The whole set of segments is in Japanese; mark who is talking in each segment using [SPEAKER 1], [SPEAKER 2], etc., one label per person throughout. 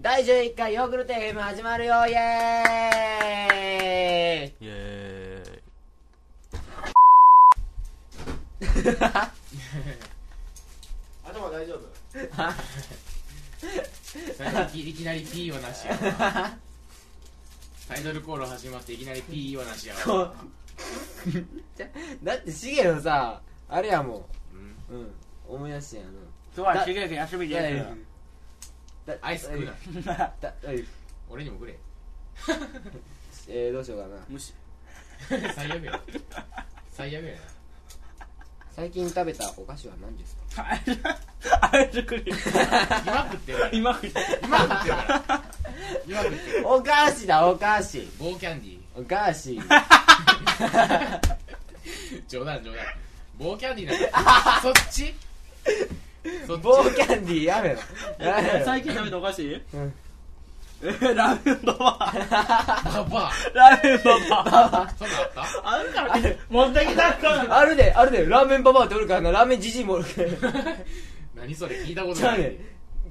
[SPEAKER 1] 第11回ヨーグルト FM 始まるよイエ
[SPEAKER 2] イエーイ
[SPEAKER 1] ーイ
[SPEAKER 3] 頭大丈夫
[SPEAKER 4] いきなりピーはなしやわタイトルコール始まっていきなりピーはなしやわ
[SPEAKER 1] こうじゃだってシゲのさあれやも
[SPEAKER 4] うん
[SPEAKER 1] んうん思い出してんやな
[SPEAKER 2] 今日はしげる休み
[SPEAKER 1] いやい
[SPEAKER 2] で
[SPEAKER 1] や だ
[SPEAKER 4] アイス食うな
[SPEAKER 2] す
[SPEAKER 1] だはい
[SPEAKER 4] 俺にもくれ
[SPEAKER 1] えー、どうしようかな
[SPEAKER 2] むし
[SPEAKER 4] 最悪や最悪やな
[SPEAKER 1] 最近食べたお菓子は何ですか
[SPEAKER 2] あれあれ作り
[SPEAKER 4] 今食ってるから
[SPEAKER 2] 今食って
[SPEAKER 4] 今食ってるから今食ってる
[SPEAKER 1] お菓子だお菓子
[SPEAKER 4] 棒キャンディ
[SPEAKER 1] お菓子
[SPEAKER 4] ー冗談冗談棒キャンディーなんかそっちそっち
[SPEAKER 1] 棒キャンディーやめろやめろ
[SPEAKER 2] 最近食べたお菓子
[SPEAKER 1] うん
[SPEAKER 2] えーラーメンババア
[SPEAKER 4] ババ
[SPEAKER 2] ラーメンババア
[SPEAKER 4] アそんなんあった
[SPEAKER 2] あんたら持ってきたっか
[SPEAKER 1] あるであるでラーメンババアっておるからなラーメンじじいもおるから
[SPEAKER 4] 何それ聞いたこと
[SPEAKER 1] じゃ
[SPEAKER 4] な
[SPEAKER 1] あ
[SPEAKER 4] い
[SPEAKER 1] ね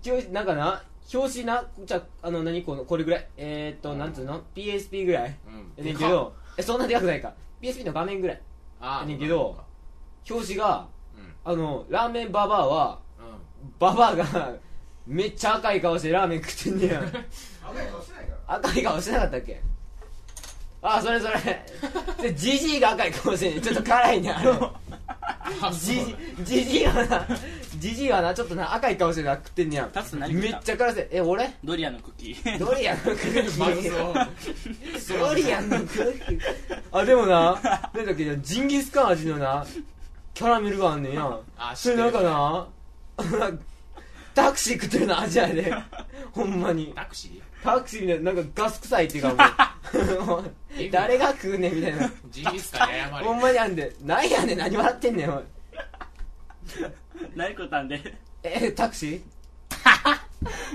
[SPEAKER 1] 今日なんかな表紙なじゃああの何このこれぐらいえー、っと、
[SPEAKER 4] うん
[SPEAKER 1] なんつうの PSP ぐらい
[SPEAKER 4] うん
[SPEAKER 1] やねんけどえそんなでかくないか PSP の画面ぐらい
[SPEAKER 4] あ
[SPEAKER 1] や
[SPEAKER 4] あ
[SPEAKER 1] ねんけど表紙が
[SPEAKER 4] うん
[SPEAKER 1] あのラーメンババアは
[SPEAKER 4] うん
[SPEAKER 1] ババアがめっちゃ赤い顔してラーメン食ってんねや
[SPEAKER 3] あんまり顔してないから
[SPEAKER 1] 赤い顔してなかったっけあそれそれでジジイが赤い顔してんねんちょっと辛いねあの
[SPEAKER 4] あそう
[SPEAKER 1] じじじじいはなじじいはなちょっとな赤い顔してな食ってんねや
[SPEAKER 2] タツ何食っ
[SPEAKER 1] め
[SPEAKER 2] た
[SPEAKER 1] っちゃ辛せえ俺
[SPEAKER 2] ドリアンのクッ キー
[SPEAKER 1] ドリアンのクッキ
[SPEAKER 4] まず
[SPEAKER 1] ー
[SPEAKER 4] そう
[SPEAKER 1] ドリアンのクッキーあでもななんだっけジンギスカン味のなキャラメルがあんねんや
[SPEAKER 4] あ知
[SPEAKER 1] そ
[SPEAKER 4] っ
[SPEAKER 1] れ
[SPEAKER 4] て
[SPEAKER 1] なん
[SPEAKER 4] る
[SPEAKER 1] かなタクシー食ってるな味やでほんまに
[SPEAKER 4] タクシー
[SPEAKER 1] タクシーみたいななんかガス臭いっていうかも う
[SPEAKER 4] えぐい
[SPEAKER 1] 誰が食うねんみたいな
[SPEAKER 4] ジンギスカンに謝れ
[SPEAKER 1] ほんまにあんでなんやねん何笑ってんねんおい
[SPEAKER 2] 何食ったんで
[SPEAKER 1] えタクシ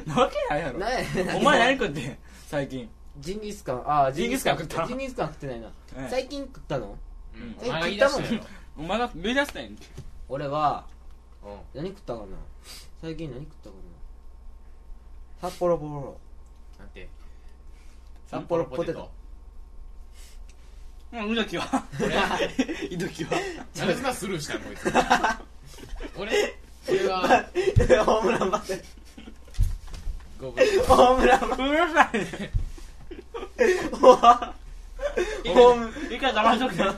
[SPEAKER 2] なわけないや
[SPEAKER 1] ーなんやねん
[SPEAKER 2] お前何食ってん最近
[SPEAKER 1] ジンギスカンあージンギスカン
[SPEAKER 2] ジンギスカン食った
[SPEAKER 1] ジンギスカン食ってないな、
[SPEAKER 2] うん
[SPEAKER 1] 最近食ったの
[SPEAKER 4] うん
[SPEAKER 1] え
[SPEAKER 4] お前が言い出した
[SPEAKER 1] 食っ
[SPEAKER 4] や
[SPEAKER 2] お前が目指したんやん
[SPEAKER 1] 俺は
[SPEAKER 4] ろうん
[SPEAKER 1] 何食ったかな最近何食ったかな札幌ポロ
[SPEAKER 4] なんて
[SPEAKER 1] 札幌ポテト
[SPEAKER 2] うんうどき はうどきは
[SPEAKER 4] なんでそんなスルーしたの こいつ俺俺は
[SPEAKER 1] ロホームランバッ
[SPEAKER 4] ごめん
[SPEAKER 1] ターホームランバ
[SPEAKER 2] うるさいね
[SPEAKER 1] ッターホーム
[SPEAKER 2] 一回黙っとけ よ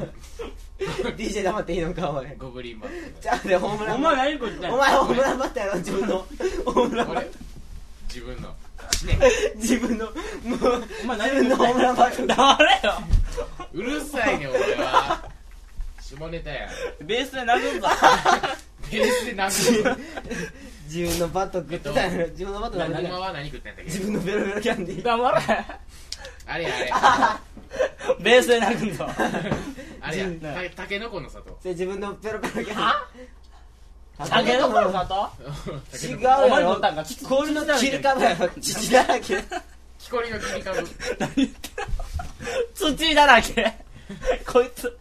[SPEAKER 1] DJ 黙っていいのかお前
[SPEAKER 4] ゴブリンマン
[SPEAKER 1] じゃあでホームラ
[SPEAKER 2] お
[SPEAKER 1] ンバ
[SPEAKER 2] 前
[SPEAKER 1] ッタ
[SPEAKER 2] 何食ってん
[SPEAKER 1] ーお前ホームランバッターやろ自分のホームランバッター
[SPEAKER 4] 俺自分の
[SPEAKER 1] 自分のもう
[SPEAKER 2] お前
[SPEAKER 1] 自分のホームランバッター
[SPEAKER 2] 黙れよ
[SPEAKER 4] うるさいね俺は下ネタや
[SPEAKER 2] ベースで殴るぞ
[SPEAKER 4] ベースで殴る
[SPEAKER 1] 自分のバット食ってたやろ自分のバット食べて
[SPEAKER 4] 今
[SPEAKER 1] た
[SPEAKER 4] は何食ってんだっ
[SPEAKER 1] 自
[SPEAKER 4] け
[SPEAKER 1] 分のベロベロキャンディー
[SPEAKER 2] 黙
[SPEAKER 4] あ れやあ
[SPEAKER 2] れベースで殴るぞ
[SPEAKER 4] れあれやたたけのこの里
[SPEAKER 1] それ自分のベロベロキャンディー
[SPEAKER 2] 酒
[SPEAKER 1] 違う
[SPEAKER 2] どころかと
[SPEAKER 1] やろ
[SPEAKER 2] お前飲んだんか
[SPEAKER 1] 氷の切り株やろ父だらけ
[SPEAKER 4] 木こりの切り株
[SPEAKER 2] 土だらけこいつ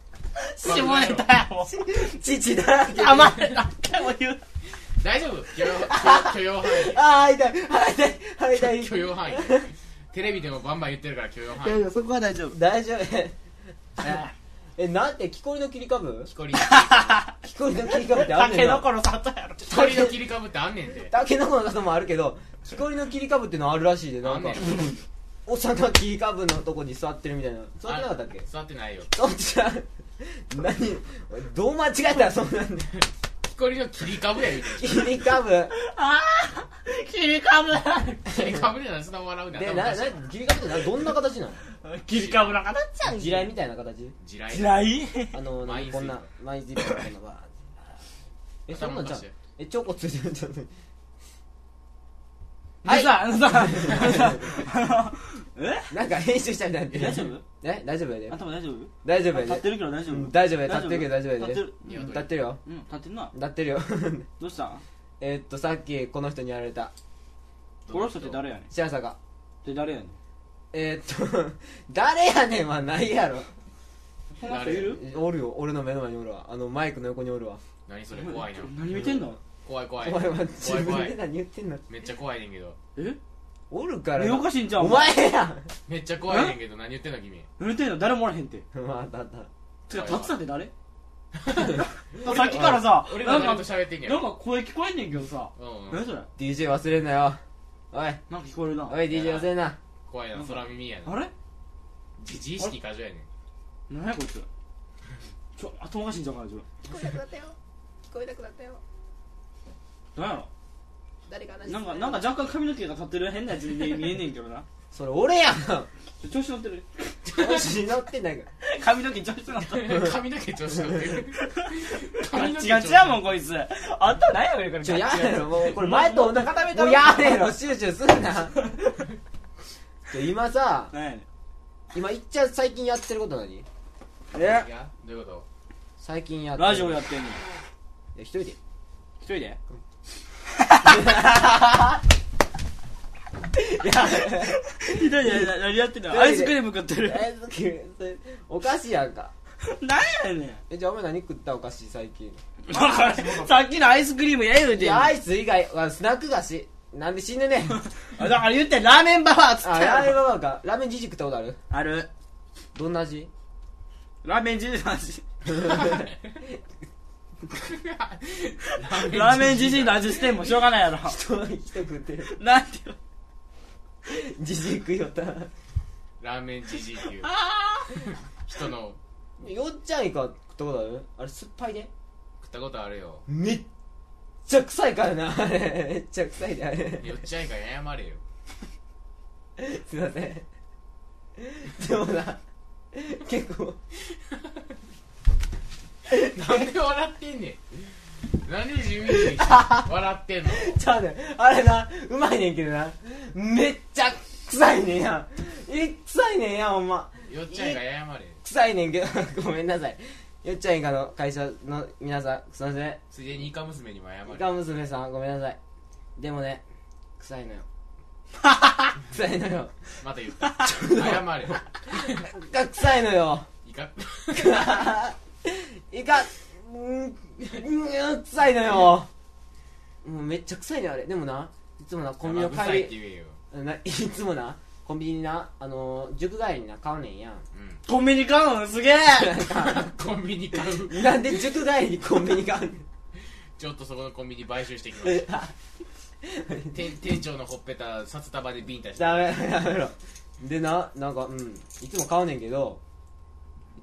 [SPEAKER 2] 下ネタやもん
[SPEAKER 1] 父だらけ
[SPEAKER 2] 黙れ何回も言う
[SPEAKER 4] 大丈夫許容許容範
[SPEAKER 1] ああ痛い腹痛い腹痛い
[SPEAKER 4] 囲許容範囲テレビでもバンバン言ってるから許容
[SPEAKER 2] い
[SPEAKER 4] 範囲
[SPEAKER 2] やそこは大丈夫
[SPEAKER 1] 大丈夫えなんて木こりの切り株
[SPEAKER 4] 木こりの
[SPEAKER 1] 木こりの切り株ってあんね
[SPEAKER 2] 竹
[SPEAKER 1] ん
[SPEAKER 2] の
[SPEAKER 1] な
[SPEAKER 2] この里やろ
[SPEAKER 4] 木こりの切り株ってあんねんて
[SPEAKER 1] タケノコの里もあるけど木こりの切り株ってのあるらしいでなんか
[SPEAKER 4] あんねん
[SPEAKER 1] おっさんが切り株のとこに座ってるみたいな座ってなかったっけ
[SPEAKER 4] あ座ってないよ
[SPEAKER 1] そっちだ何どう間違えたらそんなんで
[SPEAKER 4] 木こりの切り株や言うてる
[SPEAKER 1] 切り株で
[SPEAKER 2] ああ切り株
[SPEAKER 4] 切り株で何そんな笑うねん
[SPEAKER 1] な
[SPEAKER 4] 頭
[SPEAKER 1] な
[SPEAKER 4] 出して
[SPEAKER 1] 切り株ってなどんな形な
[SPEAKER 2] 切り株なかなっちゃ
[SPEAKER 1] の地雷みたいな形
[SPEAKER 4] 地雷
[SPEAKER 2] 地雷
[SPEAKER 1] あの
[SPEAKER 4] マインスイ
[SPEAKER 1] こ
[SPEAKER 4] ー
[SPEAKER 1] ん
[SPEAKER 4] プ
[SPEAKER 1] なマインスイープみたいなの がえそんなんじゃん
[SPEAKER 4] 頭出して
[SPEAKER 1] えチョコついてるんじゃ ん
[SPEAKER 2] でさあのさあ のさあのえ
[SPEAKER 1] なんか編集したみたいになってる
[SPEAKER 2] 大丈夫
[SPEAKER 1] え大丈夫やで
[SPEAKER 2] 頭大丈夫
[SPEAKER 1] 大丈夫
[SPEAKER 2] 立
[SPEAKER 1] や
[SPEAKER 2] っ
[SPEAKER 1] で
[SPEAKER 2] てるけど大丈
[SPEAKER 1] う
[SPEAKER 2] 夫
[SPEAKER 1] ん大丈夫や立ってるけど大丈夫やで
[SPEAKER 2] 立ってる
[SPEAKER 4] いや
[SPEAKER 1] 立ってるよ
[SPEAKER 2] うん立ってんな
[SPEAKER 1] 立ってるよ
[SPEAKER 2] どうしたん
[SPEAKER 1] えーっとさっきこの人にやられた
[SPEAKER 2] この人って誰やねんっ
[SPEAKER 1] 白坂
[SPEAKER 2] て誰やねん
[SPEAKER 1] えーっと 誰やねんはないやろ
[SPEAKER 2] この人いる
[SPEAKER 1] おるよ俺の目の前におるわあのマイクの横におるわ
[SPEAKER 4] 何それ怖いな
[SPEAKER 2] 何見てんの
[SPEAKER 4] 怖い怖い
[SPEAKER 1] お前は
[SPEAKER 4] 怖
[SPEAKER 1] 自
[SPEAKER 4] い怖
[SPEAKER 1] 分で
[SPEAKER 4] い
[SPEAKER 1] 何言ってんの
[SPEAKER 4] めっちゃ怖いねんけど
[SPEAKER 2] え
[SPEAKER 1] おるから
[SPEAKER 2] えおかしいんちゃう
[SPEAKER 1] お前や ん
[SPEAKER 4] めっちゃ怖いねんけど何言ってんの君
[SPEAKER 2] 何言ってんの誰もおらへんて
[SPEAKER 1] まあだった
[SPEAKER 2] てかタツさんって 誰さっきからさ
[SPEAKER 4] 俺
[SPEAKER 2] な
[SPEAKER 4] が
[SPEAKER 2] ん
[SPEAKER 4] 誰と
[SPEAKER 2] か
[SPEAKER 4] 喋ってんや
[SPEAKER 2] なん
[SPEAKER 4] ろ
[SPEAKER 2] か声聞こえんねんけどさ
[SPEAKER 4] うんうん
[SPEAKER 2] 何それ
[SPEAKER 1] DJ 忘れんなよおい
[SPEAKER 2] なんか聞こえるな
[SPEAKER 1] おい DJ 忘れんな
[SPEAKER 4] 怖いな空耳やな
[SPEAKER 2] あれ
[SPEAKER 4] 自意識過剰やねん
[SPEAKER 2] 何やこいつちょ頭おかしいんちゃうかな自分
[SPEAKER 5] 聞こえなくなったよ聞こえなくなったよ
[SPEAKER 2] 何や
[SPEAKER 5] 誰が話
[SPEAKER 2] ろ
[SPEAKER 5] して
[SPEAKER 2] な
[SPEAKER 5] た
[SPEAKER 2] ん
[SPEAKER 5] よ
[SPEAKER 2] かなんか若干髪の毛が立ってる変なやつに 見え見えんねんけどな
[SPEAKER 1] それ俺やん
[SPEAKER 2] 調子乗ってる
[SPEAKER 1] 調子に乗ってないから
[SPEAKER 2] 髪の毛調子乗ってる
[SPEAKER 4] 髪の毛調子乗ってる
[SPEAKER 2] ガチガ
[SPEAKER 4] が
[SPEAKER 2] チやもんこいつあんた何やこれこれ
[SPEAKER 1] ちょ
[SPEAKER 2] ガ
[SPEAKER 1] や
[SPEAKER 2] チガチ
[SPEAKER 1] めろもうこれ前と同じ
[SPEAKER 2] 固めた
[SPEAKER 1] もうやめろシューシューすんなちょ今さ
[SPEAKER 2] 何やねん
[SPEAKER 1] 今いっちゃん最近やってること何
[SPEAKER 2] え
[SPEAKER 4] いやどういうこ
[SPEAKER 1] 最近やってる
[SPEAKER 2] ラジオやってんの
[SPEAKER 1] いや一人で
[SPEAKER 2] 一人で一人でな何やってんのアイスクリーム食ってる
[SPEAKER 1] え好きそれお菓子やんか
[SPEAKER 2] 何やねん
[SPEAKER 1] えじゃあお前何食ったお菓子最近
[SPEAKER 2] さっきのアイスクリームや言う
[SPEAKER 1] い
[SPEAKER 2] てんの
[SPEAKER 1] やアイス以外はスナック菓子なんで死んでね
[SPEAKER 2] あだから言ってんラーメンババアっつっ
[SPEAKER 1] あ
[SPEAKER 2] た
[SPEAKER 1] ラーメン
[SPEAKER 2] やろ
[SPEAKER 1] ババアかラーメンじじ食ったことある
[SPEAKER 2] ある
[SPEAKER 1] どんな味
[SPEAKER 2] ラーメンじじいの味
[SPEAKER 4] と
[SPEAKER 2] ラーメンじじいの味してんもしょうがないやろ
[SPEAKER 1] 人人食ってる
[SPEAKER 2] なんてよ
[SPEAKER 1] じじ食いよった
[SPEAKER 4] ラーメンじじいっていう人の
[SPEAKER 1] よっちゃんいか食ったことあるあれ酸っぱいで
[SPEAKER 4] 食ったことあるよ
[SPEAKER 1] めっちゃ臭いからな あれめっちゃ臭いであれ
[SPEAKER 4] よっちゃいから謝れよ
[SPEAKER 1] すいませんでもな結構
[SPEAKER 4] なんで笑ってんねんなんで地味に笑ってんの
[SPEAKER 1] ちゃうねんあれなうまいねんけどなめっちゃ臭いねんやえ臭いねんやほんま
[SPEAKER 4] よっちゃいから謝れ
[SPEAKER 1] 臭いねんけど ごめんなさいよっちゃんいかの会社の皆さんすいません
[SPEAKER 4] ついでにイカ娘にも謝
[SPEAKER 1] い
[SPEAKER 4] れ
[SPEAKER 1] か娘さんごめんなさいでもね臭いのよ 臭いのよ
[SPEAKER 4] また言った謝れ
[SPEAKER 1] が臭いのよ
[SPEAKER 4] イカ
[SPEAKER 1] いかうんうん臭いのよもうめっちゃ臭いねあれでもないつもなコンビニの
[SPEAKER 4] 生臭いっ
[SPEAKER 1] 帰
[SPEAKER 4] て
[SPEAKER 1] り
[SPEAKER 4] 言えよ
[SPEAKER 1] ないつもなコンビニになあの塾帰りにな買うねんやん
[SPEAKER 4] うん
[SPEAKER 2] コンビニ買うのすげえ
[SPEAKER 4] コンビニ買う
[SPEAKER 1] なんで塾帰りにコンビニ買うねん
[SPEAKER 4] ちょっとそこのコンビニ買収してきました店店長のほっぺた札束でビンタして
[SPEAKER 1] ダメ やめろでななんかうんいつも買うねんけど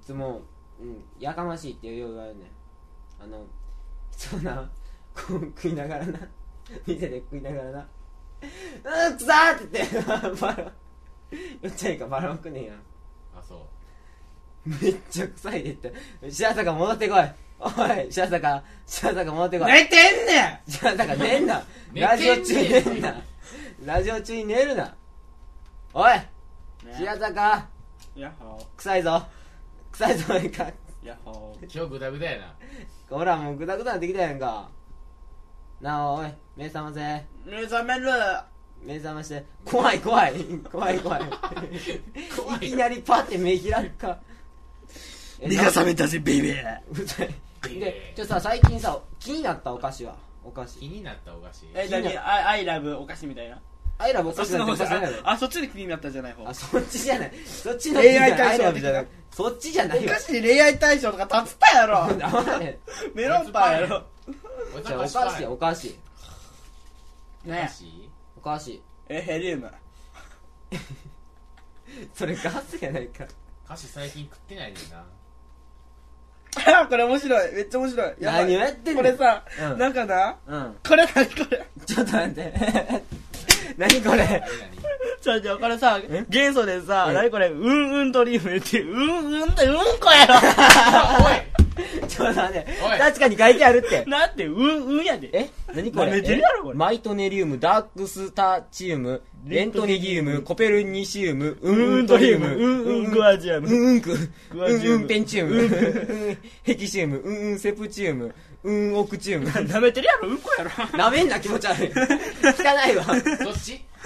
[SPEAKER 1] いつも、うん、やかましいってよう言われるねんあのいつもな こう食いながらな店で食いながらな「うんくさー!」って言って バラよっちゃんいいかバラまくねんや
[SPEAKER 4] あそ
[SPEAKER 1] めっちゃ臭いでって白坂戻ってこいおい白坂白坂戻ってこい
[SPEAKER 2] 寝てんねん
[SPEAKER 1] 白坂寝んな
[SPEAKER 4] 寝
[SPEAKER 1] ラ
[SPEAKER 4] てんねん
[SPEAKER 1] ジオ中に寝んなラジオ中に寝るなおい白坂
[SPEAKER 2] ヤッホ
[SPEAKER 1] 臭いぞ臭いぞいか
[SPEAKER 2] ーヤッホ
[SPEAKER 4] う今日グダグダやな
[SPEAKER 1] ほらもうグダグダなってきたやんかなあおい目覚ませ
[SPEAKER 2] ー目覚める
[SPEAKER 1] 目覚まして怖い怖い怖い怖い
[SPEAKER 4] 怖
[SPEAKER 1] い
[SPEAKER 4] い
[SPEAKER 1] きなりパッて目開くか
[SPEAKER 2] めたぜベイベー
[SPEAKER 1] うるさい
[SPEAKER 4] いい
[SPEAKER 1] で
[SPEAKER 4] ね
[SPEAKER 1] ちょっとさ最近さ気になったお菓子はお菓
[SPEAKER 4] 気
[SPEAKER 1] 子
[SPEAKER 4] になったお菓子
[SPEAKER 2] え何アイラブお菓子みたいな
[SPEAKER 1] アイラブお菓
[SPEAKER 2] そっ
[SPEAKER 1] 子
[SPEAKER 2] ち
[SPEAKER 1] な
[SPEAKER 2] の
[SPEAKER 1] んて
[SPEAKER 2] 方じゃ
[SPEAKER 1] あ
[SPEAKER 2] な
[SPEAKER 1] れ
[SPEAKER 2] い
[SPEAKER 1] やろ
[SPEAKER 2] あそっちで気になったんじゃない方
[SPEAKER 1] あそっちじゃないそっちの
[SPEAKER 2] 恋愛対象
[SPEAKER 1] アイラブじゃないそっちじゃない
[SPEAKER 2] お
[SPEAKER 1] よ
[SPEAKER 2] 菓子に恋愛対象とか立つたやろ
[SPEAKER 1] 黙れ
[SPEAKER 2] メロンパンやろ
[SPEAKER 4] お
[SPEAKER 1] じゃあお
[SPEAKER 4] 菓
[SPEAKER 1] 菓
[SPEAKER 4] 子パ
[SPEAKER 1] 子
[SPEAKER 4] イ
[SPEAKER 1] や
[SPEAKER 4] お
[SPEAKER 1] お菓子
[SPEAKER 4] 菓
[SPEAKER 2] ね
[SPEAKER 4] 子
[SPEAKER 1] お菓子
[SPEAKER 2] ええヘリウム
[SPEAKER 1] それガスやないか
[SPEAKER 4] 菓子最近食ってないねんな
[SPEAKER 2] あこれ面白いめっちゃ面白いやばい
[SPEAKER 1] 何をやってんの
[SPEAKER 2] これさ、
[SPEAKER 1] うん
[SPEAKER 2] なんかな
[SPEAKER 1] うん
[SPEAKER 2] これ何これ
[SPEAKER 1] ちょっと待って。 何これ
[SPEAKER 4] 何何
[SPEAKER 2] ちょちょこれさ
[SPEAKER 1] え
[SPEAKER 2] 元素でさ
[SPEAKER 1] うん
[SPEAKER 2] 何これうんうんドリームってうんうんってうんこやろ
[SPEAKER 4] あおい
[SPEAKER 1] ちょっと待って
[SPEAKER 4] おい。
[SPEAKER 1] 確かに書いてあるって。
[SPEAKER 2] なんてうんうんやで
[SPEAKER 1] え何これ
[SPEAKER 2] 舐めてるやろこれ
[SPEAKER 1] マイトネリウム、ダークスタチウム、レントネギウム、コペルニシウム、
[SPEAKER 2] う
[SPEAKER 1] ウン
[SPEAKER 2] ん
[SPEAKER 1] ウ
[SPEAKER 2] うん
[SPEAKER 1] ン
[SPEAKER 2] ド
[SPEAKER 1] ト
[SPEAKER 2] リ
[SPEAKER 1] リ
[SPEAKER 2] ー
[SPEAKER 1] ウ
[SPEAKER 2] ム
[SPEAKER 1] ム、
[SPEAKER 2] うんうんグ
[SPEAKER 1] ア
[SPEAKER 2] アジア
[SPEAKER 1] うん
[SPEAKER 2] ム
[SPEAKER 1] うんク、
[SPEAKER 2] グア
[SPEAKER 1] うん
[SPEAKER 2] ジウム
[SPEAKER 1] うんペンチウム、うんうんヘキシウム、うんうんセプチウム、うんうんオクチウム。
[SPEAKER 2] 舐めてるやろうんこやろ
[SPEAKER 1] なめんな気持ち悪い。 汚いわ。
[SPEAKER 4] どっち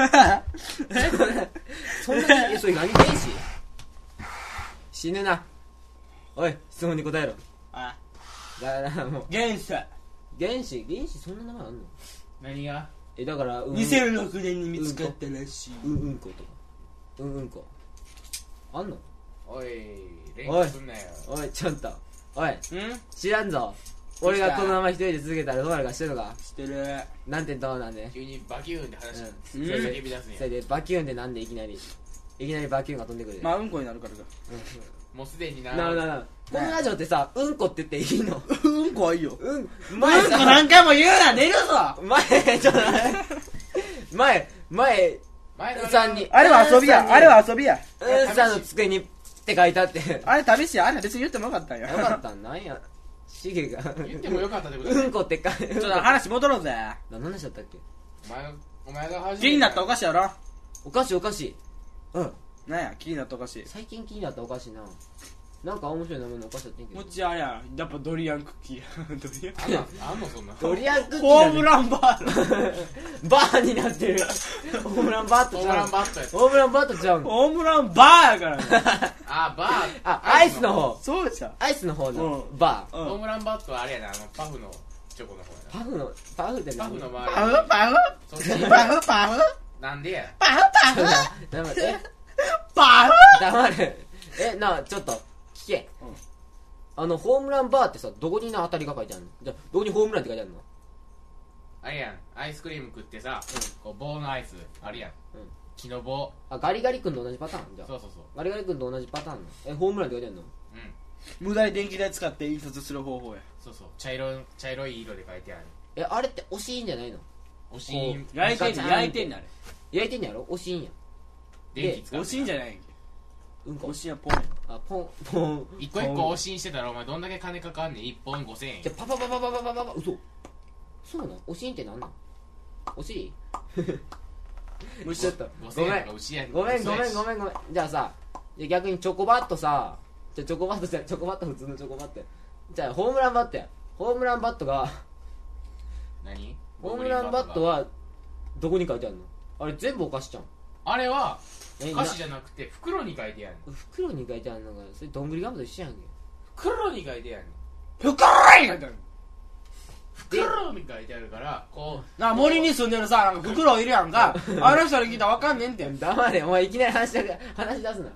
[SPEAKER 1] そんなに、えそれ何天使死ぬな。おい、質問に答えろ。
[SPEAKER 2] あ
[SPEAKER 1] だからもう、
[SPEAKER 2] 元素
[SPEAKER 1] 原子、原子そんな名前あんの
[SPEAKER 4] 何が
[SPEAKER 1] えだからうん
[SPEAKER 2] 2006年に見つかったらしい、
[SPEAKER 1] うんうんことかうんうんこあんの
[SPEAKER 4] おい連呼すんなよ
[SPEAKER 1] おいちょっとおい
[SPEAKER 2] うん
[SPEAKER 1] 知らんぞ俺がこのまま一人で続けたらどうなるか知ってるのか
[SPEAKER 2] してる
[SPEAKER 1] なんてどうなんで
[SPEAKER 4] 急にバキューンって話
[SPEAKER 1] うん
[SPEAKER 4] 叫び出すん
[SPEAKER 1] それ
[SPEAKER 4] や
[SPEAKER 1] でバキューンでなんでいきなりいきなりバキューンが飛んでくるで
[SPEAKER 2] まあうんこになるからか
[SPEAKER 4] もうすでにな
[SPEAKER 1] なるほどなるほどこのラジオってさうんこって言っていいの
[SPEAKER 2] うんこはいいようんこ
[SPEAKER 1] うん前さ
[SPEAKER 2] 何回も言うな寝るぞ
[SPEAKER 1] 前ちょっと待って前前
[SPEAKER 4] 前の
[SPEAKER 1] さんに
[SPEAKER 2] あれは遊びやあれは遊びや
[SPEAKER 1] うんさんの机にって書いてあってよ
[SPEAKER 2] あれ試しやあれ別に言ってもよかったんや
[SPEAKER 1] かったんなんやシゲが
[SPEAKER 4] 言ってもよかったってことだ
[SPEAKER 1] う
[SPEAKER 4] ね
[SPEAKER 1] んこって書いて
[SPEAKER 2] ちょっと話戻ろうぜ
[SPEAKER 1] 何の話だったっけ
[SPEAKER 4] お前がお前が初めて
[SPEAKER 2] 気になったお菓子やろ
[SPEAKER 1] お菓子お菓子うん
[SPEAKER 2] なんや気になったお菓子
[SPEAKER 1] 最近気になったお菓子ななんか面白い名前のお菓子だってんけ
[SPEAKER 2] も
[SPEAKER 1] ど
[SPEAKER 2] ちあれややっぱドリアンクッキーや ドリ
[SPEAKER 4] あんなあんのそんな
[SPEAKER 1] ドリアンクッキ
[SPEAKER 2] ホー
[SPEAKER 1] ー
[SPEAKER 2] ム
[SPEAKER 1] だね
[SPEAKER 2] ランバー
[SPEAKER 1] バーになってるホームランバー
[SPEAKER 4] ホ
[SPEAKER 1] と
[SPEAKER 4] ー
[SPEAKER 1] ち
[SPEAKER 4] ム
[SPEAKER 1] ゃ
[SPEAKER 4] ラ
[SPEAKER 1] う
[SPEAKER 4] ンバットや
[SPEAKER 1] ホームランバーとちゃうの
[SPEAKER 2] ホームランバーやからね
[SPEAKER 4] あバー
[SPEAKER 1] あアイスの方
[SPEAKER 2] そうじゃん
[SPEAKER 1] アイスの方の
[SPEAKER 2] うん
[SPEAKER 1] バー
[SPEAKER 2] うん
[SPEAKER 4] ホームランバットはあれやなあのパフのチョコの方や
[SPEAKER 1] パフのパフって
[SPEAKER 4] なパ
[SPEAKER 1] 何
[SPEAKER 4] フの
[SPEAKER 2] パ
[SPEAKER 4] 周り
[SPEAKER 2] フパフ
[SPEAKER 4] そっち
[SPEAKER 2] パフパフ
[SPEAKER 4] なんでや
[SPEAKER 1] 黙れえ
[SPEAKER 2] パフ
[SPEAKER 1] 黙れえなあちょっと聞け、
[SPEAKER 2] うん
[SPEAKER 1] あのホームランバーってさどこにな当たりが書いてあるのじゃあどこにホームランって書いてあるの
[SPEAKER 4] あれやんアイスクリーム食ってさこう棒のアイスあれやん
[SPEAKER 1] うん
[SPEAKER 4] 木の棒
[SPEAKER 1] あガリガリ君と同じパターンじゃあ
[SPEAKER 4] そうそうそう
[SPEAKER 1] ガリガリ君と同じパターンなのえホームランって書いてあるの
[SPEAKER 4] うん
[SPEAKER 2] 無駄に電気代使って印刷する方法や
[SPEAKER 4] そうそう茶色茶色い色で書いてある
[SPEAKER 1] えあれって押しいんじゃないの
[SPEAKER 4] おしん
[SPEAKER 1] こう
[SPEAKER 2] 焼いてんじ
[SPEAKER 1] ガチ
[SPEAKER 2] ゃん
[SPEAKER 1] ャン
[SPEAKER 2] 焼いてんじゃんあれ
[SPEAKER 1] 焼いてんやろ押しいんや
[SPEAKER 4] 電気使う
[SPEAKER 2] おしんじゃないんけ
[SPEAKER 1] うんこ
[SPEAKER 2] おしんやポン
[SPEAKER 1] あポンポン
[SPEAKER 4] 一個一個おしんしてたらお前どんだけ金かかんねん1本5000円
[SPEAKER 1] じゃあパパパパパパパパパ嘘そうなんおしんってなんなんお尻
[SPEAKER 2] 虫
[SPEAKER 1] ちょっと
[SPEAKER 4] 5000
[SPEAKER 1] ごめ
[SPEAKER 4] 円
[SPEAKER 1] ん
[SPEAKER 4] とか牛や
[SPEAKER 1] ごめんごめんご
[SPEAKER 4] ん
[SPEAKER 1] めんごめんじゃあさじゃあ逆にチョコバットさじゃあチョコバットじゃチョコバット普通のチョコバットやじゃあホームランバットやホームランバットが
[SPEAKER 4] 何
[SPEAKER 1] ホームランバットはどこに書いてあるのあれ全部お菓子じゃん
[SPEAKER 4] あれは
[SPEAKER 1] え
[SPEAKER 4] 菓子じゃなくて袋に書いてやん
[SPEAKER 1] な袋に書いてあるのがそれどんぐりガムと一緒やんけ
[SPEAKER 4] 袋に書いてやん
[SPEAKER 2] ふからいなんてある
[SPEAKER 4] 袋に書いてあるからこ
[SPEAKER 2] な森に住んでるさなんか袋いるやんかあの人に聞いたらわかんねんて
[SPEAKER 1] 黙れお前いきなり話しだ話し出すな
[SPEAKER 4] う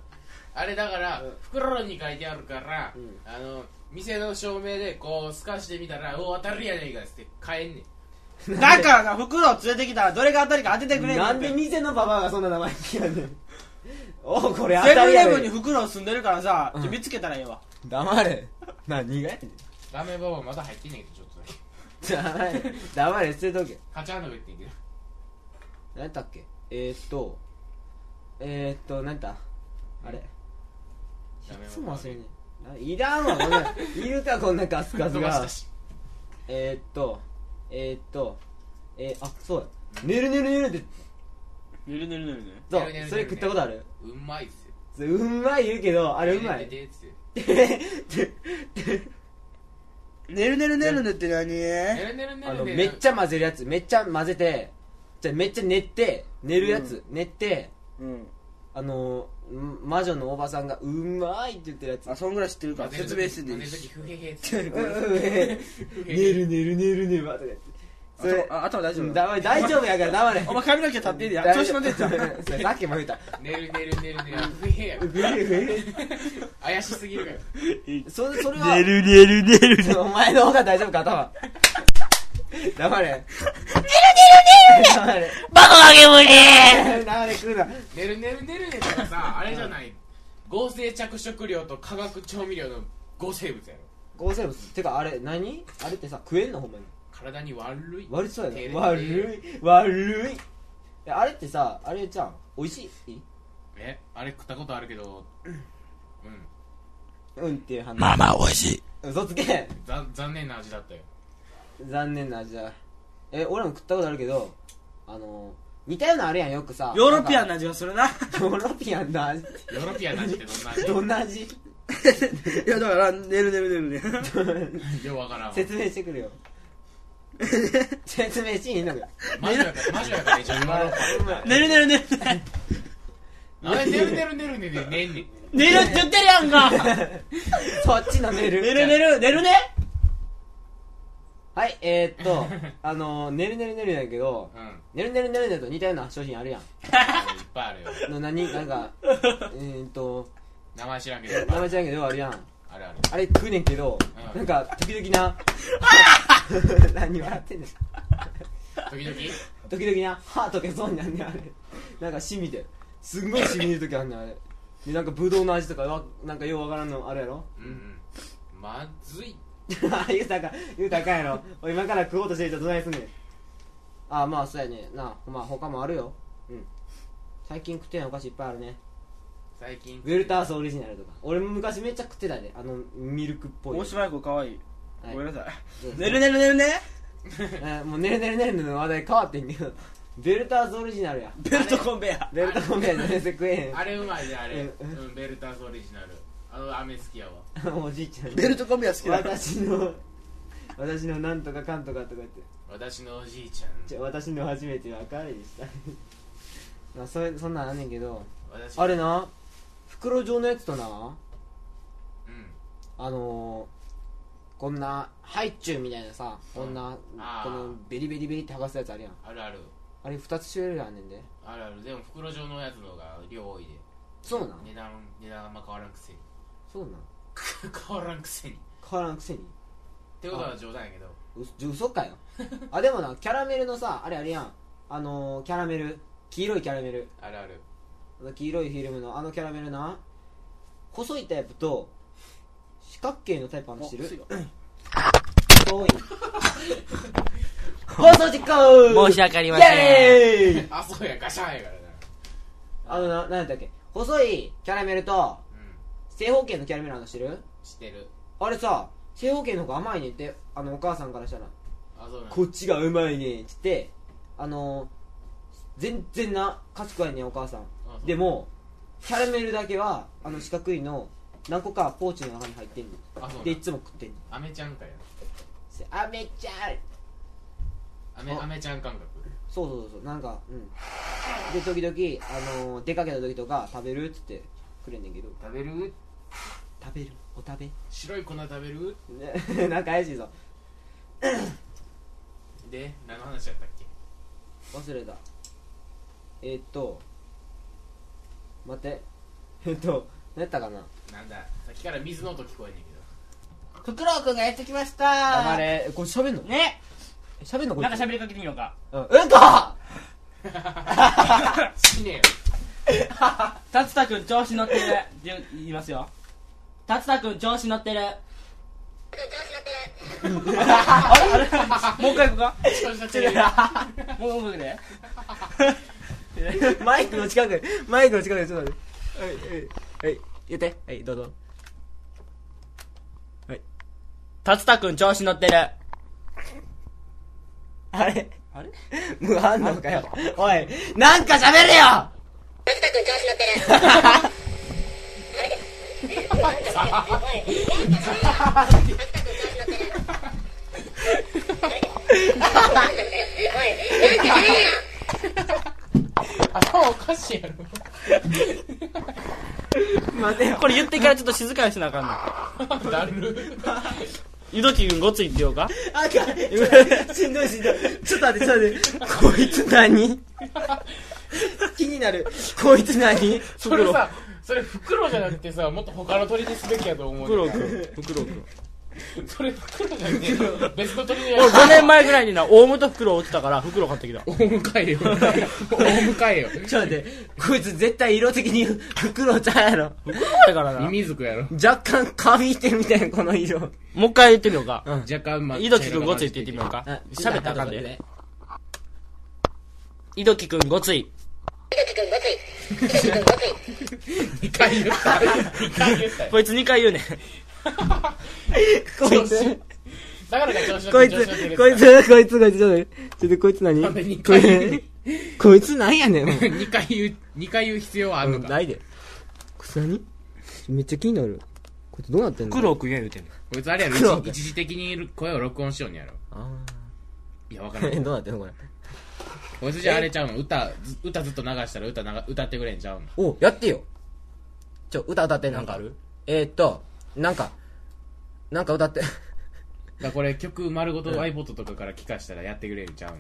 [SPEAKER 4] あれだから
[SPEAKER 1] うん
[SPEAKER 4] 袋に書いてあるから
[SPEAKER 1] うん
[SPEAKER 4] あの店の照明でこう透かしてみたら「お当たるやねんか」っつって買えんねん
[SPEAKER 2] だからな袋を連れてきたらどれが当たりか当ててくれんね
[SPEAKER 1] なん
[SPEAKER 2] て
[SPEAKER 1] で店のババアがそんな名前聞きやねんおうこれ
[SPEAKER 2] セ
[SPEAKER 1] 当
[SPEAKER 2] ブ
[SPEAKER 1] た
[SPEAKER 2] ンイ
[SPEAKER 1] り
[SPEAKER 2] レ
[SPEAKER 1] や
[SPEAKER 2] ブンに
[SPEAKER 1] で
[SPEAKER 2] 袋を住んでるからさ、
[SPEAKER 1] うん
[SPEAKER 2] 見つけたらええわ
[SPEAKER 1] 黙れ何がやねん
[SPEAKER 4] ラーメンババアまだ入ってんねんけどちょっとだけ
[SPEAKER 1] 黙れ黙れ捨てとけ
[SPEAKER 4] カチャンとか言ってんけど
[SPEAKER 1] 何やったっけえー、っとえー、っと何やったあれいつも忘れねえないらんわこんないるかこんなカスカス
[SPEAKER 4] 飛ばし
[SPEAKER 1] が
[SPEAKER 4] たし
[SPEAKER 1] えー、っとえー、っとえー、あそうや寝る寝る寝るって
[SPEAKER 2] ぬるぬるぬるぬる
[SPEAKER 1] そう
[SPEAKER 4] 寝る寝る寝る
[SPEAKER 1] それ食ったことある
[SPEAKER 4] うまいっすよ
[SPEAKER 1] それうまい言うけどあ
[SPEAKER 4] あ
[SPEAKER 1] れうまい
[SPEAKER 4] でっつって
[SPEAKER 2] ねるねるねるねって何
[SPEAKER 4] ねるねるね
[SPEAKER 1] あ
[SPEAKER 4] る
[SPEAKER 1] の
[SPEAKER 4] ねる
[SPEAKER 1] めっちゃ混ぜるやつめっちゃ混ぜてじゃあめっちゃ練って寝るやつ、練って
[SPEAKER 2] うん
[SPEAKER 1] あのーん魔女のおばさんが「うまい」って言ってるやつ
[SPEAKER 2] あそんぐらい知ってるから説明してんでいい
[SPEAKER 4] 寝る
[SPEAKER 2] し
[SPEAKER 4] 時ふへへっつって
[SPEAKER 1] 「 うん えー寝る寝る寝る寝る」とか言ってそれ
[SPEAKER 2] あ頭大丈
[SPEAKER 1] うん
[SPEAKER 2] 夫
[SPEAKER 1] 黙れ大丈夫やから黙れ
[SPEAKER 2] お前髪の毛立ってんねや
[SPEAKER 1] 大丈
[SPEAKER 2] 調
[SPEAKER 1] 夫
[SPEAKER 2] 子乗ってんじゃん
[SPEAKER 1] そ れさっきも言った
[SPEAKER 4] 寝る寝る寝る寝るふへへや
[SPEAKER 1] ぐえぐえ
[SPEAKER 4] 怪しすぎるから
[SPEAKER 1] それそれは
[SPEAKER 2] るねるねる
[SPEAKER 1] お前の方が大丈夫か頭黙れ黙れ
[SPEAKER 2] バカあげ無理
[SPEAKER 1] 黙れ食うな
[SPEAKER 4] 寝る寝る寝るねとかさあれじゃない合成着色料と化学調味料の合成物やろ
[SPEAKER 1] 合成物てかあれ何あれってさ食えんのほんまに
[SPEAKER 4] 体に悪い
[SPEAKER 1] 悪そう
[SPEAKER 4] 手
[SPEAKER 1] や
[SPEAKER 4] で
[SPEAKER 1] な悪い悪いえあれってさあれじゃん美味しい
[SPEAKER 4] えあれ食ったことあるけどうん
[SPEAKER 1] うんっていう話
[SPEAKER 2] マ美味しい
[SPEAKER 1] 嘘つけ
[SPEAKER 4] ざ残念な味だったよ
[SPEAKER 1] 残念な味だえ俺も食ったことあるけどあの似たようなあれやんよくさ
[SPEAKER 2] ヨーロピアン
[SPEAKER 1] な
[SPEAKER 2] な味がするない
[SPEAKER 1] んかヨーロピアンな味
[SPEAKER 4] ヨーロピアンな味ってどん
[SPEAKER 1] どん
[SPEAKER 4] な味
[SPEAKER 1] な味
[SPEAKER 2] やだからねるねるねるね
[SPEAKER 4] ようわからんわ
[SPEAKER 1] 説明してくれよ説明しにいんのか
[SPEAKER 4] 魔女やから魔女やから一応言わろうか
[SPEAKER 2] ねるね るねるね
[SPEAKER 4] あれ寝る寝る寝る寝る寝んねん
[SPEAKER 2] 寝るって言ってるやんか
[SPEAKER 1] そっちの寝る
[SPEAKER 2] 寝る寝る寝るね
[SPEAKER 1] はいえー、っとあのねるねるねるやけど
[SPEAKER 4] うんい
[SPEAKER 1] ね
[SPEAKER 4] っ
[SPEAKER 1] るねるねるねと似たような商品あるやん
[SPEAKER 4] ぱいあるよ
[SPEAKER 1] の何なんかうーんと
[SPEAKER 4] 名前知らんけどいっぱい
[SPEAKER 1] 名前じゃんけどあるやん
[SPEAKER 4] あるある
[SPEAKER 1] あれ食うねんけど、
[SPEAKER 4] うん
[SPEAKER 1] なんか時々な何笑ってんねん
[SPEAKER 4] 時々
[SPEAKER 1] 時々な歯溶けそうになんねんあれなんかしみてすんごいしみる時あんねんあれでなんかブドウの味とかわなんかようわからんのあるやろ
[SPEAKER 4] うんうんまずい
[SPEAKER 1] 言うたらあかん言うたらあかんやろおい今から食おうとしてる人どないすんねんああまあそうやねなあまあ他もあるようん最近食ってないお菓子いっぱいあるね
[SPEAKER 4] 最近
[SPEAKER 1] ウェルタースオリジナルとか俺も昔めっちゃ食ってたであのミルクっぽい
[SPEAKER 2] 大島い子かわいい
[SPEAKER 1] はい
[SPEAKER 2] ごめんなさ
[SPEAKER 1] うん
[SPEAKER 2] いねるねるねるね
[SPEAKER 1] えーもうねるねるねるねの話題変わってんけどベルターズオリジナルや
[SPEAKER 2] ベルトコンベヤ
[SPEAKER 1] ベルタコンベヤの全然食え
[SPEAKER 4] あれうまいねあれ、
[SPEAKER 1] うん
[SPEAKER 4] うん、ベルターズオリジナルあの飴好きやわ
[SPEAKER 1] へんおじいちゃん
[SPEAKER 2] ベルトコンベヤ好きだ
[SPEAKER 1] 私の私のなんとかかんとかとか言って
[SPEAKER 4] 私のおじいちゃん
[SPEAKER 1] ちょ私の初めては明るいでした まあそれそんなんあんねんけど
[SPEAKER 4] 私
[SPEAKER 1] あれな袋状のやつとな
[SPEAKER 4] うん
[SPEAKER 1] あのー、こんなハイチュウみたいなさこんな
[SPEAKER 4] あ
[SPEAKER 1] こ
[SPEAKER 4] ー
[SPEAKER 1] のベリベリベリって剥がすやつあるやん
[SPEAKER 4] あるある
[SPEAKER 1] あれ2つ種類あんねんで
[SPEAKER 4] あるあるでも袋状のやつの方が量多いで
[SPEAKER 1] そうなん
[SPEAKER 4] 値段値段あんま変わらんくせに
[SPEAKER 1] そうなん
[SPEAKER 4] 変わらんくせにっ
[SPEAKER 1] 変わらんくせに
[SPEAKER 4] てことは冗談やけど
[SPEAKER 1] うじゃ嘘かよあでもなキャラメルのさあれあれやんあのー、キャラメル黄色いキャラメル
[SPEAKER 4] あるある
[SPEAKER 1] あの黄色いフィルムのあのキャラメルな細いタイプと四角形のタイプあるの知る遠い 放送実行
[SPEAKER 2] 申し訳ありま
[SPEAKER 1] イ
[SPEAKER 2] せん
[SPEAKER 1] エーイ
[SPEAKER 4] あそうやガシャンやからな
[SPEAKER 1] あのな何だっけ細いキャラメルと
[SPEAKER 4] うん
[SPEAKER 1] 正方形のキャラメルあるの知る
[SPEAKER 4] 知ってる
[SPEAKER 1] あれさ正方形の方が甘いねんってあのお母さんからしたら
[SPEAKER 4] あそうなん
[SPEAKER 1] こっちがうまいねんっつってあのー、全然な賢いねんお母さん
[SPEAKER 4] あそう
[SPEAKER 1] でもキャラメルだけはあの四角いの何個かポーチの中に入ってんの
[SPEAKER 4] あそう
[SPEAKER 1] で
[SPEAKER 4] ないん
[SPEAKER 1] つも食ってんの
[SPEAKER 4] アメちゃんかや
[SPEAKER 1] せあめちゃん
[SPEAKER 4] アメ
[SPEAKER 1] あ
[SPEAKER 4] アメちゃん感覚
[SPEAKER 1] そうそうそうなんかうんで時々、あのー、出かけた時とか食べるっつってくれんねんけど
[SPEAKER 4] 食べる
[SPEAKER 1] 食べるお食べ
[SPEAKER 4] 白い粉食べる
[SPEAKER 1] ね なんか怪しいぞ
[SPEAKER 4] で何の話やったっけ
[SPEAKER 1] 忘れたえー、っと待って えーっと何やったかな
[SPEAKER 4] なんださっきから水の音聞こえんねんけど
[SPEAKER 2] フクロウくんがやってきました
[SPEAKER 1] あれこれ喋んの
[SPEAKER 2] ね
[SPEAKER 1] え喋んのこれ
[SPEAKER 2] なんか喋りかけてみようか
[SPEAKER 1] うんうんこ
[SPEAKER 4] 死ねよ
[SPEAKER 2] 達太くん調子乗ってるで言いますよ達太くん調子乗ってるあれあれもう一回行こうか
[SPEAKER 4] 調子乗ってる
[SPEAKER 2] もうもう一回で
[SPEAKER 1] マイクの近くマイクの近くでちょっと待ってはいはいはい言ってはいどうぞ
[SPEAKER 2] 達太くん調子乗ってる
[SPEAKER 1] あれ
[SPEAKER 2] あれ
[SPEAKER 1] 無反応かよおいなんか喋れよ
[SPEAKER 4] 頭おかしいやろ
[SPEAKER 1] 待てよ
[SPEAKER 2] これ言ってからちょっと静かにしなあかんの
[SPEAKER 4] だる
[SPEAKER 2] ゆどきくんごついって言おうか
[SPEAKER 1] あかんしんどいしんどいちょっと待ってちょっと待ってこいつ何気になるこいつ何
[SPEAKER 4] それさそれ袋じゃなくてさもっと他の鳥にすべきやと思う
[SPEAKER 2] フクロ
[SPEAKER 4] ね
[SPEAKER 2] ウ
[SPEAKER 4] ん
[SPEAKER 2] くんフクロウくん
[SPEAKER 4] それ袋じゃなくて別の鳥のや
[SPEAKER 2] 俺5年前ぐらいになオウムとフクロウ落ちたからフクロウ買ってきた
[SPEAKER 4] 大迎えよ大迎えよ
[SPEAKER 1] ちょっと待って、こいつ絶対色的に袋ちゃうやろ。
[SPEAKER 2] フクロウやからなもう
[SPEAKER 4] ミミズクやろ
[SPEAKER 1] 若干カビいてるみたいな、この色。
[SPEAKER 2] 一回言ってみようか
[SPEAKER 4] 若干ま
[SPEAKER 2] 井戸木くんごついって言ってみようか喋ったらあかんで。井戸木くんごつい
[SPEAKER 4] 2回言った2回言ったよ
[SPEAKER 2] こいつ2回言うねん
[SPEAKER 1] こいつ、
[SPEAKER 4] だからか調子乗
[SPEAKER 1] こ
[SPEAKER 4] っ
[SPEAKER 1] い
[SPEAKER 4] て調子乗って
[SPEAKER 1] つ、こいつ、こいつ、こいつ、ちょっと、ちょっとこいつ何
[SPEAKER 4] なんで二回言うねん
[SPEAKER 1] こいつなんやねん、もう
[SPEAKER 4] 2回言う 二回言う必要はあるのか
[SPEAKER 1] ないで。こいつ何めっちゃ気になる。こいつどうなってんの
[SPEAKER 2] フクロウくんや言うてんねん
[SPEAKER 4] こいつあれやろ
[SPEAKER 1] 黒
[SPEAKER 4] 一一時的に声を録音しようんやろ
[SPEAKER 1] あ
[SPEAKER 4] いやわからん
[SPEAKER 1] ー どうなってんのこれ。
[SPEAKER 4] こいつじゃあれちゃうの歌ず歌ずっと流したら歌なが歌ってくれんちゃうの
[SPEAKER 1] お、やってよ。ちょ、歌歌って、なんか。
[SPEAKER 2] る
[SPEAKER 1] えーっと、なんか、なんか歌って。
[SPEAKER 4] らこれ曲丸ごと iPod とかから聞かしたらやってくれるんちゃうの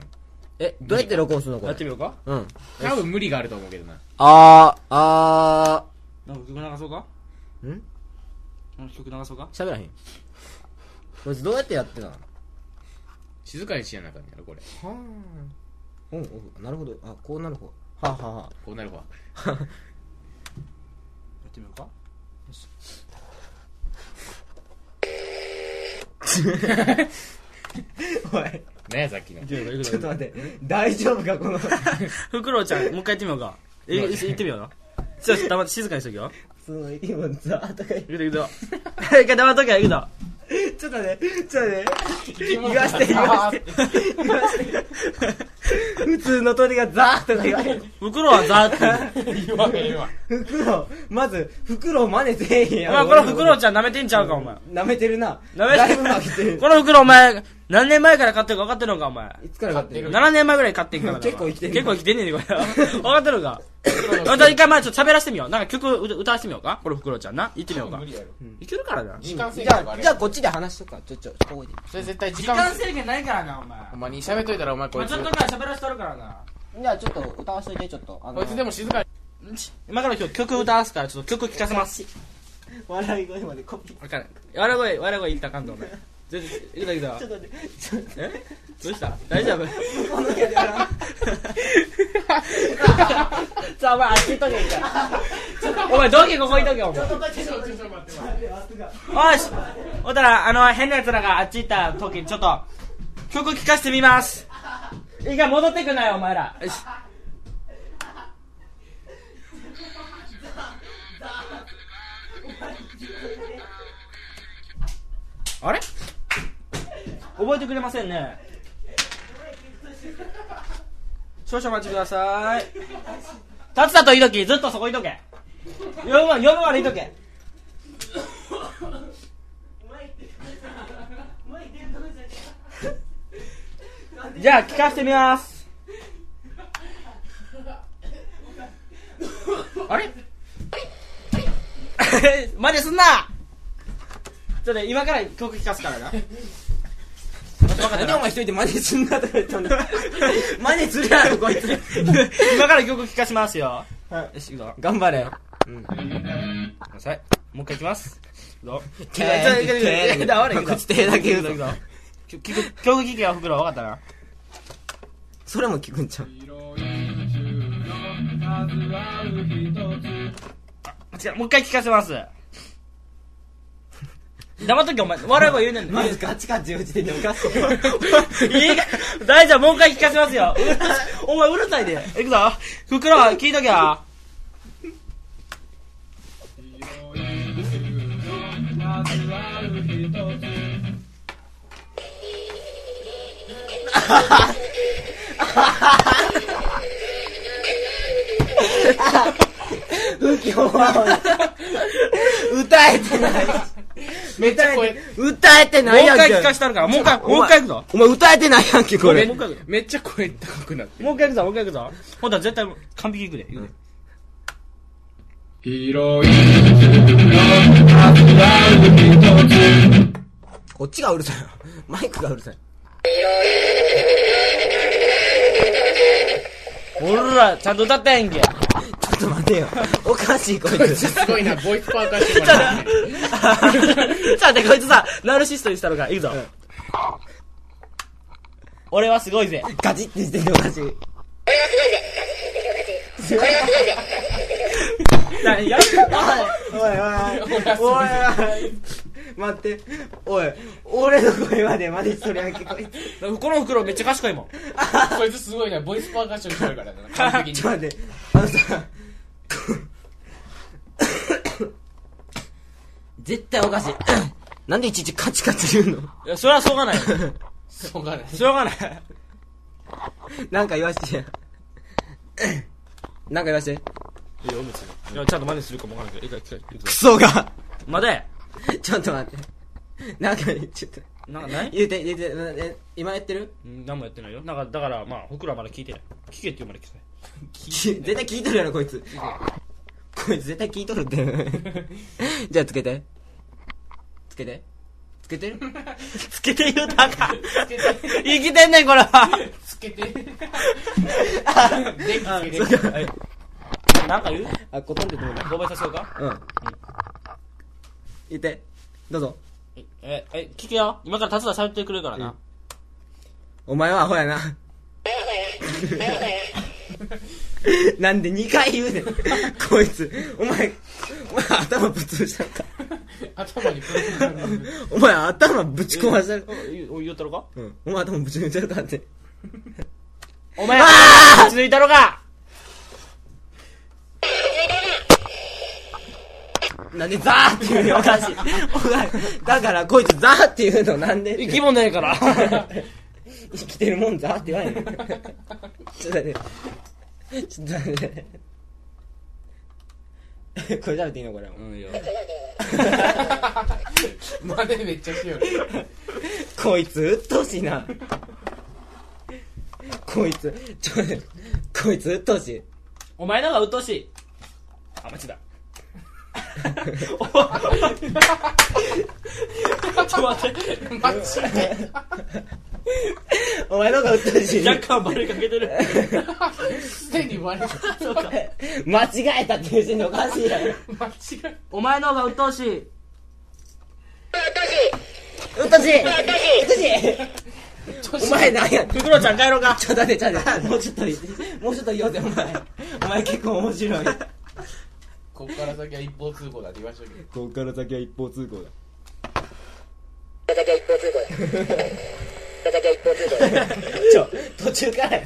[SPEAKER 1] え、どうやって録音するのこ
[SPEAKER 4] やっ
[SPEAKER 1] れ
[SPEAKER 4] て。みようか
[SPEAKER 1] うん。
[SPEAKER 4] 多分無理があると思うけどな
[SPEAKER 1] あー、あ
[SPEAKER 6] なんか曲流そうか
[SPEAKER 1] ー、ん
[SPEAKER 6] なんか曲流そうか
[SPEAKER 1] 喋らへん。こいつどうやってやってたの
[SPEAKER 4] 静かにしやなあかんねやろこれ
[SPEAKER 1] はあ。うん、うん、なるほど。あ、こうなる方。はあ、はあはあ、
[SPEAKER 4] こうなるわ
[SPEAKER 6] やってみようか
[SPEAKER 4] 何やさっきの
[SPEAKER 1] ちょっと待って、大丈夫か、この。
[SPEAKER 6] フクロウちゃん、もう一回やってみようか。え、い行ってみようよ。ちょっと黙って静かにしとけよ。
[SPEAKER 1] その、今、ザーとか言
[SPEAKER 6] 行くぞ行くぞ。一回黙っとけよ、行く
[SPEAKER 1] う
[SPEAKER 6] ぞ。
[SPEAKER 1] ちょっと待って、ちょっと待って。言わして、言わして。言わして。普通の鳥がザーとか言われる。
[SPEAKER 6] フクロウはザーって言う。
[SPEAKER 4] 言わへんわ
[SPEAKER 1] 袋、まず、袋を真似せえへんや
[SPEAKER 6] お前、このフクロウちゃん舐めてんちゃうか、お前。
[SPEAKER 1] 舐めてるな。
[SPEAKER 6] 舐めて
[SPEAKER 1] だ
[SPEAKER 6] る
[SPEAKER 1] いぶ負けてる。
[SPEAKER 6] このフクロウお前、何年前から買ってるか分かってるのか、お前。
[SPEAKER 1] いつから買ってる
[SPEAKER 6] 7年前ぐらい買ってんからな。
[SPEAKER 1] 結構生きてんね
[SPEAKER 6] 結構生きてんねんね、こ れ。分かってるか。また一回、まあちょっと喋らせてみよう。なんか曲歌歌わせてみようか。これフクロウちゃんな。行ってみようか
[SPEAKER 4] 無。理やろ
[SPEAKER 6] いけるからな。
[SPEAKER 4] 時間制
[SPEAKER 1] じ
[SPEAKER 4] 限と
[SPEAKER 1] ゃ
[SPEAKER 4] かあ
[SPEAKER 1] あ、
[SPEAKER 4] れ
[SPEAKER 1] じゃあこっちで話しとくか。ちょ、ちょ、ここで。
[SPEAKER 4] それ絶対時
[SPEAKER 6] 時
[SPEAKER 4] 間
[SPEAKER 6] 間制限ないからな、お前。
[SPEAKER 4] お前に喋っといたらお前こ
[SPEAKER 6] まあ
[SPEAKER 4] いつ
[SPEAKER 6] ちょっとから喋らせとるからな。
[SPEAKER 1] じゃあちょっと歌わせといて、ちょっと。あの
[SPEAKER 4] こいつでも静かに
[SPEAKER 6] 今から今日曲歌わすから、ちょっと曲聴かせます。
[SPEAKER 1] 笑い声までコピー。
[SPEAKER 6] わかる。笑い声、笑い声言ったらあかんぞ、お前。全然、いくぞいくぞ
[SPEAKER 1] ちょっ。と待って、ちょっと
[SPEAKER 6] えどうした大丈夫
[SPEAKER 1] この部屋で笑わん
[SPEAKER 6] じゃあお前あっち行っとけ お前同期ここ行っとけお前おいしおたらあの変な奴らがあっち行った時にちょっと曲聴かせてみ ます一回戻ってくなよお前らよしあれ覚えてくれませんね少々お待ちください立田といときずっとそこいとけ呼ぶま呼ぶまでいとけじゃあ聞かせてみますあれ マジすんなちょっと今から曲聞かすからな
[SPEAKER 1] なんでお前一人で真似すんなとか言ったんだ真似するやろ、こいつ。
[SPEAKER 6] 今から曲聞かしますよ。よし、行くぞ。
[SPEAKER 1] 頑張れ。
[SPEAKER 6] ごめんなさい。もう一回行きます。行くぞ。
[SPEAKER 1] ちょちょちょちょちょ
[SPEAKER 6] 黙れ行くぞ
[SPEAKER 1] 口手だけ
[SPEAKER 6] 行くぞ。行くぞ曲曲曲聞けよ、袋。分かったな。
[SPEAKER 1] それも聞くんちゃう。
[SPEAKER 6] 違う、もう一回聞かせます。黙っとけ、お前。笑い声言うねん
[SPEAKER 1] ま
[SPEAKER 6] ね
[SPEAKER 1] ずガチガチ打ちで抜かす。
[SPEAKER 6] いいか、大丈夫、もう一回聞かせますよ。うお前、うるさいで。行くぞ。袋、聞いとけよ。
[SPEAKER 1] 歌えてない。
[SPEAKER 4] めっちゃ声
[SPEAKER 1] 歌えて
[SPEAKER 6] もう
[SPEAKER 1] ない
[SPEAKER 6] 一
[SPEAKER 1] やん
[SPEAKER 6] 回聞
[SPEAKER 1] け
[SPEAKER 6] か。したるから、もう一回、
[SPEAKER 1] お前
[SPEAKER 6] もう一回行くぞ。
[SPEAKER 1] お前歌えてないやんけ、これ。
[SPEAKER 4] めっちゃ声高くなってる
[SPEAKER 6] もう一回行くぞ、もう一回行くぞ。ほんとは絶対、完璧いくで。行くで
[SPEAKER 1] こっちがうるさいな。マイクがうるさい。
[SPEAKER 6] おら、ちゃんと歌ったやんけ。
[SPEAKER 1] ちょっと待てよ。おかしい、こいつ。
[SPEAKER 4] すごいなボイスパーカーしてもらってる
[SPEAKER 6] さあ、で、こいつさ、ナルシストにしたのか。いくぞ。俺はすごいぜ。
[SPEAKER 1] ガチってしてておかしい。
[SPEAKER 6] なや
[SPEAKER 1] おいおいおいおい待っておい俺の声まで真似しとるやんけこいつ
[SPEAKER 6] この袋めっちゃ賢いもん。
[SPEAKER 4] こいつすごいなボイスパーカッションしてるからな完璧
[SPEAKER 1] ち
[SPEAKER 4] に
[SPEAKER 1] ょっと待ってあのさ絶対おかしいなんでいちいちカチカチ言うの
[SPEAKER 6] いや、それはしょうがない。
[SPEAKER 4] そうかね
[SPEAKER 6] しょうがない。
[SPEAKER 1] なんか言わしてなんか言わして
[SPEAKER 6] いや、おむつ。いや、ちゃんと真似するかもわからんけど。いいか、いいかいく
[SPEAKER 1] ク
[SPEAKER 6] ぞ。
[SPEAKER 1] ソが
[SPEAKER 6] 待て。
[SPEAKER 1] ちょっと待ってなんかちょっと
[SPEAKER 6] なんかない
[SPEAKER 1] 言うて言うてえ今やってる
[SPEAKER 6] うん何もやってないよ。なんか、だから、まあ、袋はまだ聞いてない。聞けって言うまで聞けない。
[SPEAKER 1] き絶対聞いとるやろこいつこいつ絶対聞いとるってじゃあつけてつけて
[SPEAKER 2] つけてる
[SPEAKER 6] つけて言うたらあかん
[SPEAKER 4] つけて
[SPEAKER 6] 生きてんねんこれは
[SPEAKER 4] つけて電 気つけて
[SPEAKER 6] なんか言う
[SPEAKER 2] あ、こ飛んでてもら
[SPEAKER 6] ごめんさせようか
[SPEAKER 2] う。うん。言って。どうぞ。
[SPEAKER 6] え、え、聞けよ。今から達也喋ってくれるからな。
[SPEAKER 2] お前はアホやな。なんで2回言うねん。こいつ。お前、お前頭ぶっ潰したんか。
[SPEAKER 4] 頭にプロペラの
[SPEAKER 2] お前頭ぶち壊したる
[SPEAKER 6] え言う言うたろか
[SPEAKER 2] うん。お前頭ぶち抜いちゃうからって。
[SPEAKER 6] お前、口抜いたろか
[SPEAKER 2] なんでザーって言うのおかしい。おかしい。だからこいつザーって言うのなんで
[SPEAKER 6] 生き物やから。
[SPEAKER 2] 生きてるもんザーって言わへん。ちょっと待って。ちょっと待って。これ食べていいのこれ。
[SPEAKER 6] うん、よ。
[SPEAKER 4] までめっちゃしよる
[SPEAKER 2] こいつ、鬱陶しいな。こいつ、ちょ、こいつ、鬱陶しい。
[SPEAKER 6] お前なんか鬱陶しい。あ、間違だ。おちょっと待って。
[SPEAKER 4] マジで
[SPEAKER 2] お前の方が鬱陶しい。
[SPEAKER 6] 若干バレかけてる。
[SPEAKER 4] すでに割れた
[SPEAKER 6] そうか。
[SPEAKER 2] 間違えたって言うしんのおかしいやろ。
[SPEAKER 4] 間違い
[SPEAKER 6] お前の方が鬱陶しい。
[SPEAKER 2] 鬱陶しい鬱陶しいお前なんや。ちょ、
[SPEAKER 6] ククロちゃん帰ろうか。
[SPEAKER 2] っと待って、ちょ、っと待ってもうちょっといい、もうちょっと言おうぜ、お前。お前結構面白い。
[SPEAKER 4] こっから先は一方通行だって言わしとけ
[SPEAKER 2] こっから先は一方通行だ。ちょ、途中からや。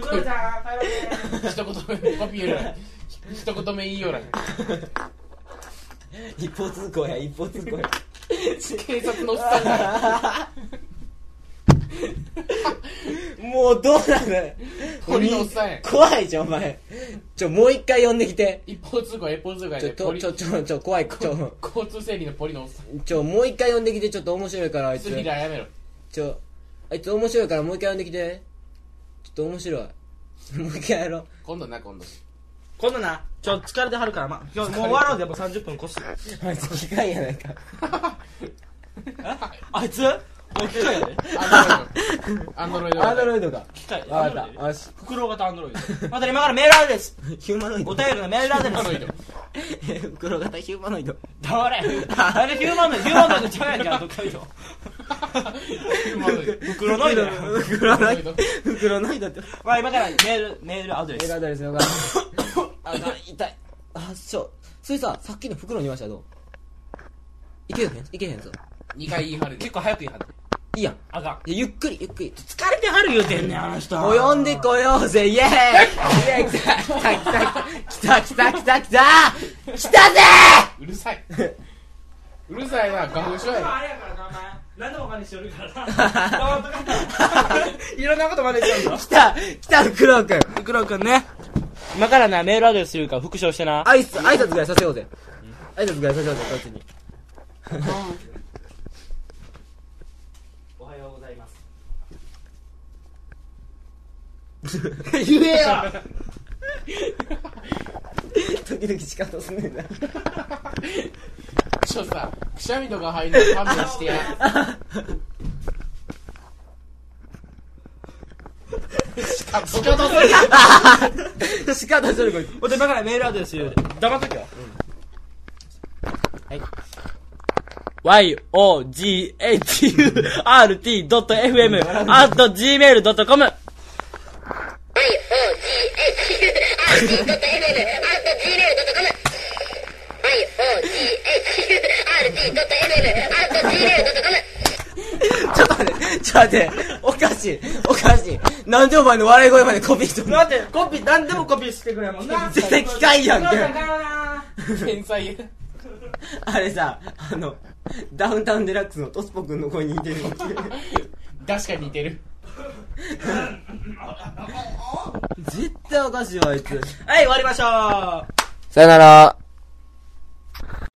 [SPEAKER 6] ククロちゃん帰ろうね。
[SPEAKER 4] 一言目コピーよら一言目言いよら
[SPEAKER 2] 一方通行や、一方通行 や。
[SPEAKER 4] 警察のおっさん が
[SPEAKER 2] もうどうなる
[SPEAKER 4] 鳥のおっさんや
[SPEAKER 2] 怖いじゃんお前ちょもう一回呼んできて
[SPEAKER 4] 一方通行は一方通行や
[SPEAKER 2] ちょ
[SPEAKER 4] で
[SPEAKER 2] ちょ
[SPEAKER 4] ポリ
[SPEAKER 2] ちょちょちょ怖いちょ
[SPEAKER 4] 交通整理のポリのおっさん
[SPEAKER 2] ちょもう一回呼んできてちょっと面白いからあい
[SPEAKER 4] ス
[SPEAKER 2] つ
[SPEAKER 4] リラーやめろ
[SPEAKER 2] ちょあいつ面白いからもう一回呼んできてちょっと面白いもう一回やろう
[SPEAKER 4] 今度な今度
[SPEAKER 6] 今度な、ちょ、疲れてはるから、まあ、今日もう終わろうで、もう30分越す。
[SPEAKER 2] あいつ機械やないか
[SPEAKER 6] あいつもう機械やで。
[SPEAKER 4] アンドロイド
[SPEAKER 2] ア
[SPEAKER 4] ア
[SPEAKER 2] ン
[SPEAKER 4] ン
[SPEAKER 2] ド
[SPEAKER 4] ドロイ
[SPEAKER 2] ロイドか
[SPEAKER 6] 機械
[SPEAKER 2] あわかったあし
[SPEAKER 6] 袋型アンドロイド。また今からメールアドレス。
[SPEAKER 2] ヒューマノイド
[SPEAKER 6] お便りのメールアド
[SPEAKER 4] ドアンドロ
[SPEAKER 6] レ
[SPEAKER 4] イ
[SPEAKER 6] ス
[SPEAKER 4] ド。
[SPEAKER 2] 袋型ヒューマノイド
[SPEAKER 6] 誰あれヒューマノイド、ヒューマノイドちゃうやんけ、あの会場。袋ノイドや
[SPEAKER 2] 袋
[SPEAKER 4] アンド
[SPEAKER 2] ノ
[SPEAKER 4] ロ
[SPEAKER 2] イ
[SPEAKER 4] イ
[SPEAKER 2] ド
[SPEAKER 4] ド
[SPEAKER 2] 袋ノイドって
[SPEAKER 6] まあ今からメール、メールアドレ
[SPEAKER 2] メール
[SPEAKER 6] ス。
[SPEAKER 2] アドレスよかったあな痛いあそうそれささっきの袋にいましたらどういけへんいけへんぞ
[SPEAKER 4] 二回言い張る
[SPEAKER 6] 結構早く言いはる。
[SPEAKER 2] いいやん
[SPEAKER 6] あかん。
[SPEAKER 2] いやゆっくりゆっくり
[SPEAKER 6] 疲れてはる言うてんねん、あの人。
[SPEAKER 2] もう呼んでこようぜイエーイイエーイ来た来た来た来た来た来た来た来たぜ
[SPEAKER 4] うるさいうるさいな花粉症や
[SPEAKER 6] あれやからな、お前。何でも真似しよるから。 いろんなこと真似 しよるぞ。
[SPEAKER 2] 来た来た袋くん
[SPEAKER 6] 袋くんね。今からな、メールアドレス言うから復唱してな。
[SPEAKER 2] 挨拶挨拶ぐらいさせようぜ挨拶ぐらいさせようぜこいつに
[SPEAKER 6] おはようございます。
[SPEAKER 2] 言えよ時々仕方すんねんな
[SPEAKER 4] ろちょさくしゃみとか入んの勘弁してや しかも仕方する
[SPEAKER 2] 仕方するこいつ
[SPEAKER 6] ほんで今からメールアドレス言うで。黙っとけよ。yoghurt.fm at gmail.com
[SPEAKER 2] ちょっと待って、ちょっと待って、おかしい、おかしい。なんでお前の笑い声までコピーしとんの
[SPEAKER 6] 待って、コピー、何でもコピーしてくれもんな。
[SPEAKER 2] 絶対機械やんけ。
[SPEAKER 4] 天才や
[SPEAKER 2] あれさ、あの、ダウンタウンデラックスのトスポ君の声に似てる。
[SPEAKER 4] 確かに似てる
[SPEAKER 2] 絶対おかしいわ、あいつ。
[SPEAKER 6] はい、終わりましょう。
[SPEAKER 2] さよなら。